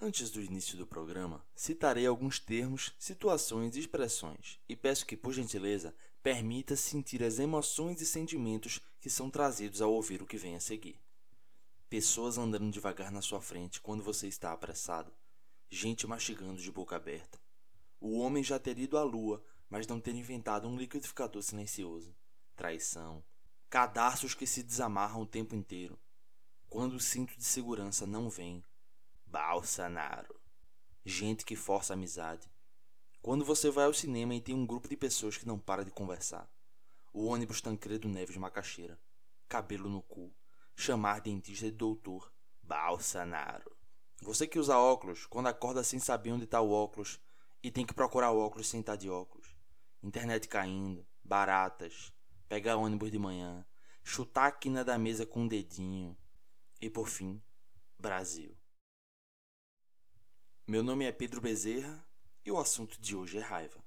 Antes do início do programa, citarei alguns termos, situações e expressões, e peço que, por gentileza, permita sentir as emoções e sentimentos que são trazidos ao ouvir o que vem a seguir. Pessoas andando devagar na sua frente quando você está apressado, gente mastigando de boca aberta. O homem já ter ido à lua, mas não ter inventado um liquidificador silencioso. Traição. Cadarços que se desamarram o tempo inteiro. Quando o cinto de segurança não vem, Bolsonaro. Gente que força a amizade. Quando você vai ao cinema e tem um grupo de pessoas que não para de conversar. O ônibus Tancredo Neves Macaxeira. Cabelo no cu. Chamar dentista de doutor. Bolsonaro. Você que usa óculos, quando acorda sem saber onde está o óculos e tem que procurar o óculos sem estar de óculos. Internet caindo. Baratas. Pegar ônibus de manhã. Chutar a quina da mesa com um dedinho. E por fim, Brasil. Meu nome é Pedro Bezerra e o assunto de hoje é raiva.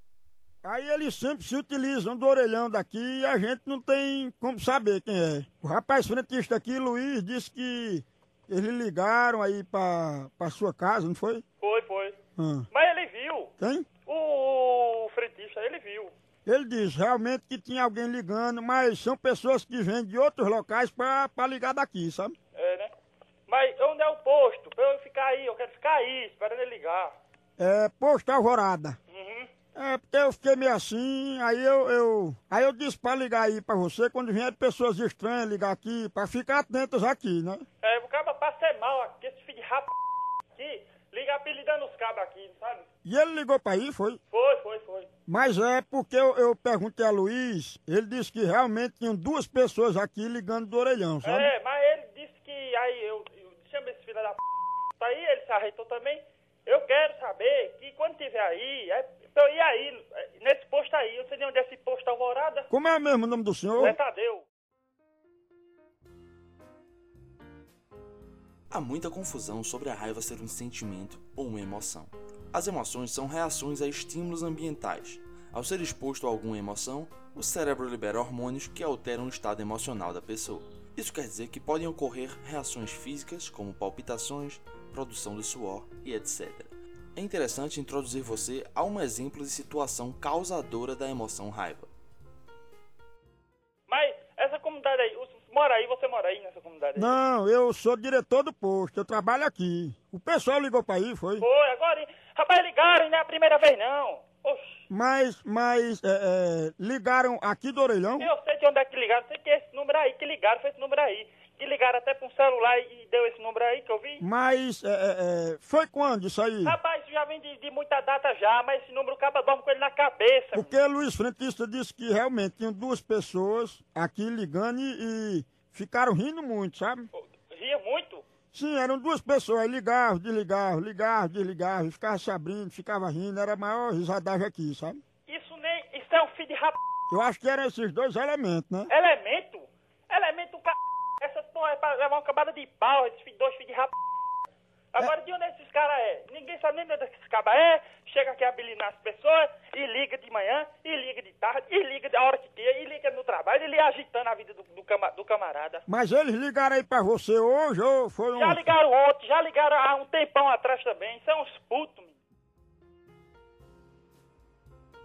Aí eles sempre se utilizam do orelhão daqui e a gente não tem como saber quem é. O rapaz frentista aqui, Luiz, disse que eles ligaram aí pra, pra sua casa, não foi? Foi, foi. Ah. Mas ele viu. Quem? O frentista, ele viu. Ele diz realmente que tinha alguém ligando, mas são pessoas que vêm de outros locais pra, pra ligar daqui, sabe? É, né? Mas onde é o posto? Pra eu ficar aí, eu quero ficar aí, esperando ele ligar. É, posto Alvorada. Uhum. É, porque eu fiquei meio assim, aí eu, eu- Aí eu disse pra ligar aí pra você, quando vier pessoas estranhas ligar aqui, pra ficar atentas aqui, né? É, o cara passa é mal aqui, esse filho de rap aqui, liga apelidando os cabos aqui, sabe? E ele ligou pra aí, foi? Foi, foi, foi. Mas é porque eu, eu perguntei a Luiz, ele disse que realmente tinham duas pessoas aqui ligando do orelhão, sabe? É, mas ele disse que aí eu, eu chamo esse filho da p. Tá Aí ele se arretou também. Eu quero saber que quando tiver aí, é pra eu ir aí, é, nesse posto aí, eu sei de onde é esse posto alvorada. Como é mesmo o nome do senhor? É Tadeu. Há muita confusão sobre a raiva ser um sentimento ou uma emoção. As emoções são reações a estímulos ambientais. Ao ser exposto a alguma emoção, o cérebro libera hormônios que alteram o estado emocional da pessoa. Isso quer dizer que podem ocorrer reações físicas, como palpitações, produção de suor e etc. É interessante introduzir você a um exemplo de situação causadora da emoção raiva. Mas essa comunidade aí, os- mora aí, você mora aí nessa comunidade aí? Não, eu sou diretor do posto, eu trabalho aqui. O pessoal ligou pra aí, foi? Foi, agora. hein? Rapaz, ligaram, não é a primeira vez não. Oxi, Mas, mas, é, é, ligaram aqui do orelhão? eu sei de onde é que ligaram, sei que esse número aí, que ligaram, foi esse número aí. Que ligaram até pra um celular e deu esse número aí que eu vi. Mas, é, é, é, foi quando isso aí? Rapaz, isso já vem de, de muita data já, mas esse número acaba dorme com ele na cabeça. Porque Luiz Frentista disse que realmente tinham duas pessoas aqui ligando e- e ficaram rindo muito, sabe? Ria muito. Sim, eram duas pessoas, aí ligavam, desligavam, ligavam, desligavam, ficava se abrindo, ficava rindo, era a maior risadagem aqui, sabe? Isso nem. Isso é um filho de rap... Eu acho que eram esses dois elementos, né? Elemento? Elemento c. Essas porra é pra levar uma camada de pau, esses filhos, dois filhos de rap. Agora, de onde esses caras é? Ninguém sabe nem de onde esses cabas é. Chega aqui habilinar as pessoas e liga de manhã, e liga de tarde, e liga da hora que quer, e liga no trabalho, ele agitando a vida do, do cama- do camarada. Mas eles ligaram aí pra você hoje ou foi Já ontem? ligaram ontem, já ligaram há um tempão atrás também. São uns putos, menino.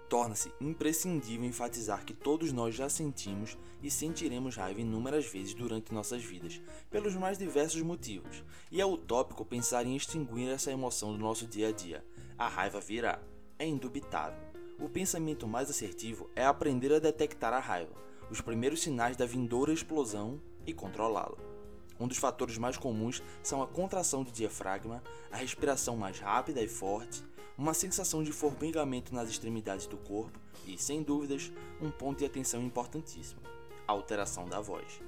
Torna-se imprescindível enfatizar que todos nós já sentimos e sentiremos raiva inúmeras vezes durante nossas vidas, pelos mais diversos motivos, e é utópico pensar em extinguir essa emoção do nosso dia a dia. A raiva virá, é indubitável. O pensamento mais assertivo é aprender a detectar a raiva, os primeiros sinais da vindoura explosão e controlá-la. Um dos fatores mais comuns são a contração do diafragma, a respiração mais rápida e forte, uma sensação de formigamento nas extremidades do corpo e, sem dúvidas, um ponto de atenção importantíssimo: a alteração da voz.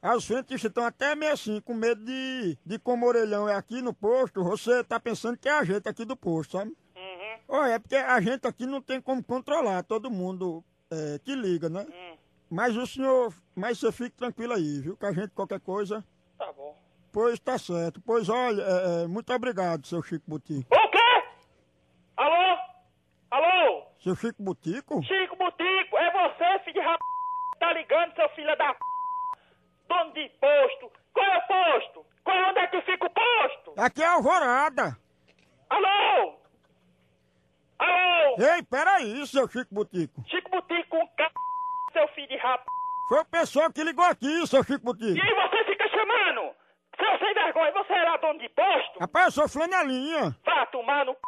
Aí os frentistas estão até meio assim, com medo de, de como o orelhão é aqui no posto, você tá pensando que é a gente aqui do posto, sabe? Uhum. Olha, é porque a gente aqui não tem como controlar todo mundo é, que liga, né? Hum. Mas o senhor, mas você fique tranquilo aí, viu? Que a gente, qualquer coisa, Tá bom. Pois tá certo. Pois olha, é, é, muito obrigado, seu Chico Butico. O quê? Alô? Alô? Seu Chico Butico? Chico Butico, é você, filho de rap... Tá ligando, seu filho da p... Dono de posto. Qual é o posto? Qual é o Santo? Aqui é Alvorada. Alô? Alô? Ei, peraí, seu Chico Butico. Chico Butico com c... seu filho de rap... Foi o pessoal que ligou aqui, seu Chico E Butico. aí você fica chamando? Seu sem vergonha, você era dono de posto? Rapaz, eu sou flanelinha. Vá tomar no c...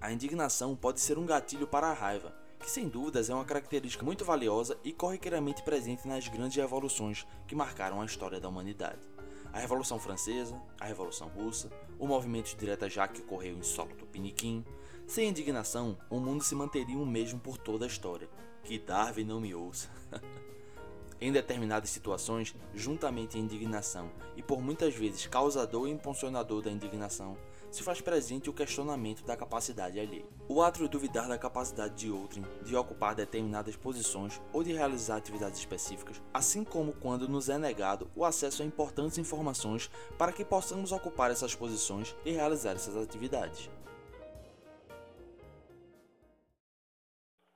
A indignação pode ser um gatilho para a raiva, que sem dúvidas é uma característica muito valiosa e corriqueiramente presente nas grandes revoluções que marcaram a história da humanidade. A Revolução Francesa, a Revolução Russa, o movimento de direita já que ocorreu em solo tupiniquim. Sem indignação, o mundo se manteria o mesmo por toda a história. Que Darwin não me ouça. Em determinadas situações, juntamente à indignação e por muitas vezes causador e impulsionador da indignação, se faz presente o questionamento da capacidade alheia. O ato de duvidar da capacidade de outrem de ocupar determinadas posições ou de realizar atividades específicas, assim como quando nos é negado o acesso a importantes informações para que possamos ocupar essas posições e realizar essas atividades.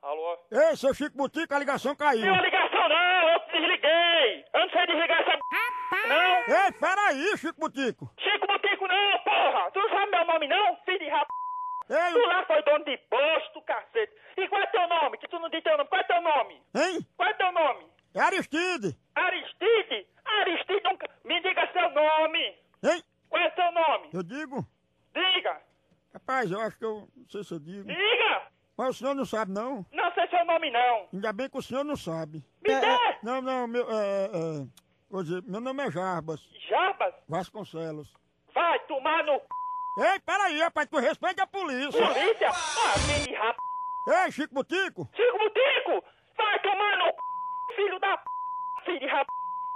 Alô? Ei, seu Chico Butico, a ligação caiu. Não ligação não, eu desliguei. Eu não sei desligar essa... b****, Não. Ei, peraí, Chico Butico. Chico Butico não, porra. Tu não sabe meu nome não, filho de rap... Ei, Tu lá foi dono de posto, cacete. E qual é teu nome? Que tu não diz teu nome. Qual é teu nome? hein? Qual é teu nome? É Aristide. Aristide? Aristide nunca... Me diga seu nome. Hein? Qual é seu nome? Eu digo. Diga. Rapaz, eu acho que eu não sei se eu digo. Diga. Mas o senhor não sabe, não. Não sei seu nome não. Ainda bem que o senhor não sabe. Me dê. Não, não, meu. É, é, vou dizer, meu nome é Jarbas Jabas, Vasconcelos. vai tomar no... c****, Ei, peraí, rapaz, tu respeite a polícia. Polícia? Ah, filho de rap... Ei, Chico Butico. Chico Butico, vai tomar no c... filho da p... filho de rap...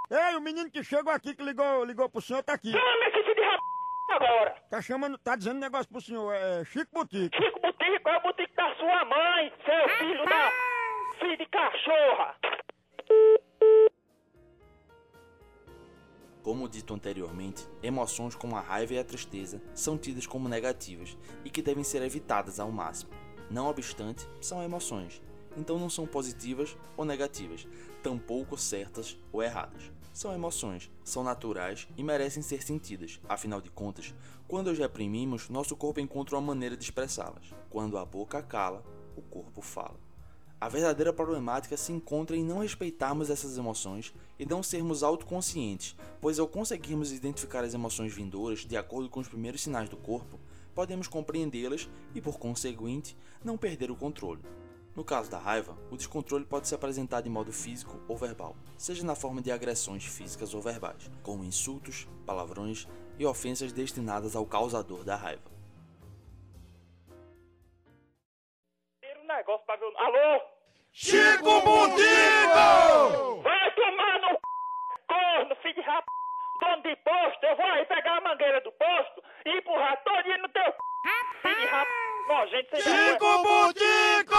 Ei, o menino que chegou aqui, que ligou, ligou pro senhor, tá aqui. Chama esse filho de rap... agora. Tá chamando, tá dizendo negócio pro senhor. É Chico Butico. Chico Butico é o Butico da sua mãe, seu filho da... p- filho de cachorra. Como dito anteriormente, emoções como a raiva e a tristeza são tidas como negativas e que devem ser evitadas ao máximo. Não obstante, são emoções, então não são positivas ou negativas, tampouco certas ou erradas. São emoções, são naturais e merecem ser sentidas, afinal de contas, quando as reprimimos, nosso corpo encontra uma maneira de expressá-las. Quando a boca cala, o corpo fala. A verdadeira problemática se encontra em não respeitarmos essas emoções e não sermos autoconscientes, pois ao conseguirmos identificar as emoções vindouras de acordo com os primeiros sinais do corpo, podemos compreendê-las e, por conseguinte, não perder o controle. No caso da raiva, o descontrole pode se apresentar de modo físico ou verbal, seja na forma de agressões físicas ou verbais, como insultos, palavrões e ofensas destinadas ao causador da raiva. Primeiro um negócio pra ver o... Alô? Chico Butico! Vai tomar no c... corno, filho de rap... dono de posto. Eu vou aí pegar a mangueira do posto e empurrar todinho no teu c... filho de rap... nojento, sem vergonha. Butico!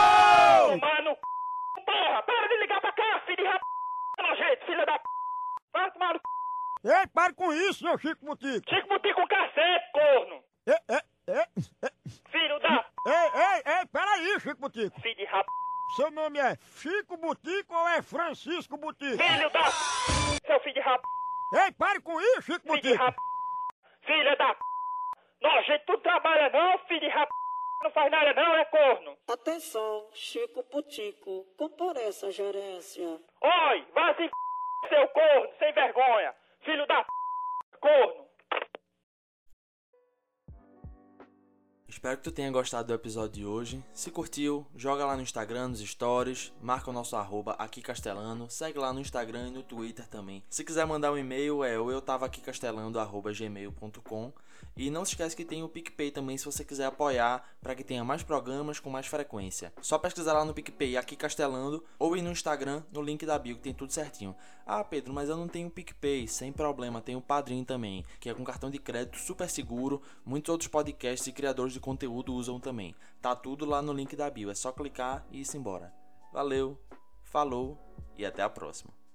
tomar no c... porra. Para de ligar pra cá, filho de rap... nojento, filho da p... Vai tomar no c... Ei, pare com isso, seu Chico Butico. Chico Butico com cacete, corno. Ei, ei, ei, ei, Filho da... ei, ei, ei, peraí, Chico Butico. Filho de rap... Seu nome é Chico Butico ou é Francisco Butico? Filho da... Seu filho de rap... Ei, pare com isso, Chico Filho de Butico. rap... Filha da... Nojento, tu trabalha não, filho de rap... Não faz nada não, é corno. Atenção, Chico Putico, compareça à gerência. Oi, vá se f... seu corno, sem vergonha. Filho da... p***, Corno. Espero que tu tenha gostado do episódio de hoje. Se curtiu, joga lá no Instagram, nos stories, marca o nosso arroba aqui castelano, segue lá no Instagram e no Twitter também. Se quiser mandar um e-mail, é o eu tava aqui castelando, arroba gmail.com. E não se esquece que tem o PicPay também se você quiser apoiar para que tenha mais programas com mais frequência. Só pesquisar lá no PicPay aqui castelando ou ir no Instagram, no link da bio que tem tudo certinho. Ah, Pedro, mas eu não tenho PicPay, sem problema, tenho o Padrim também, que é com cartão de crédito super seguro, muitos outros podcasts e criadores de conteúdo usam também. Tá tudo lá no link da bio, é só clicar e ir embora. Valeu, falou e até a próxima.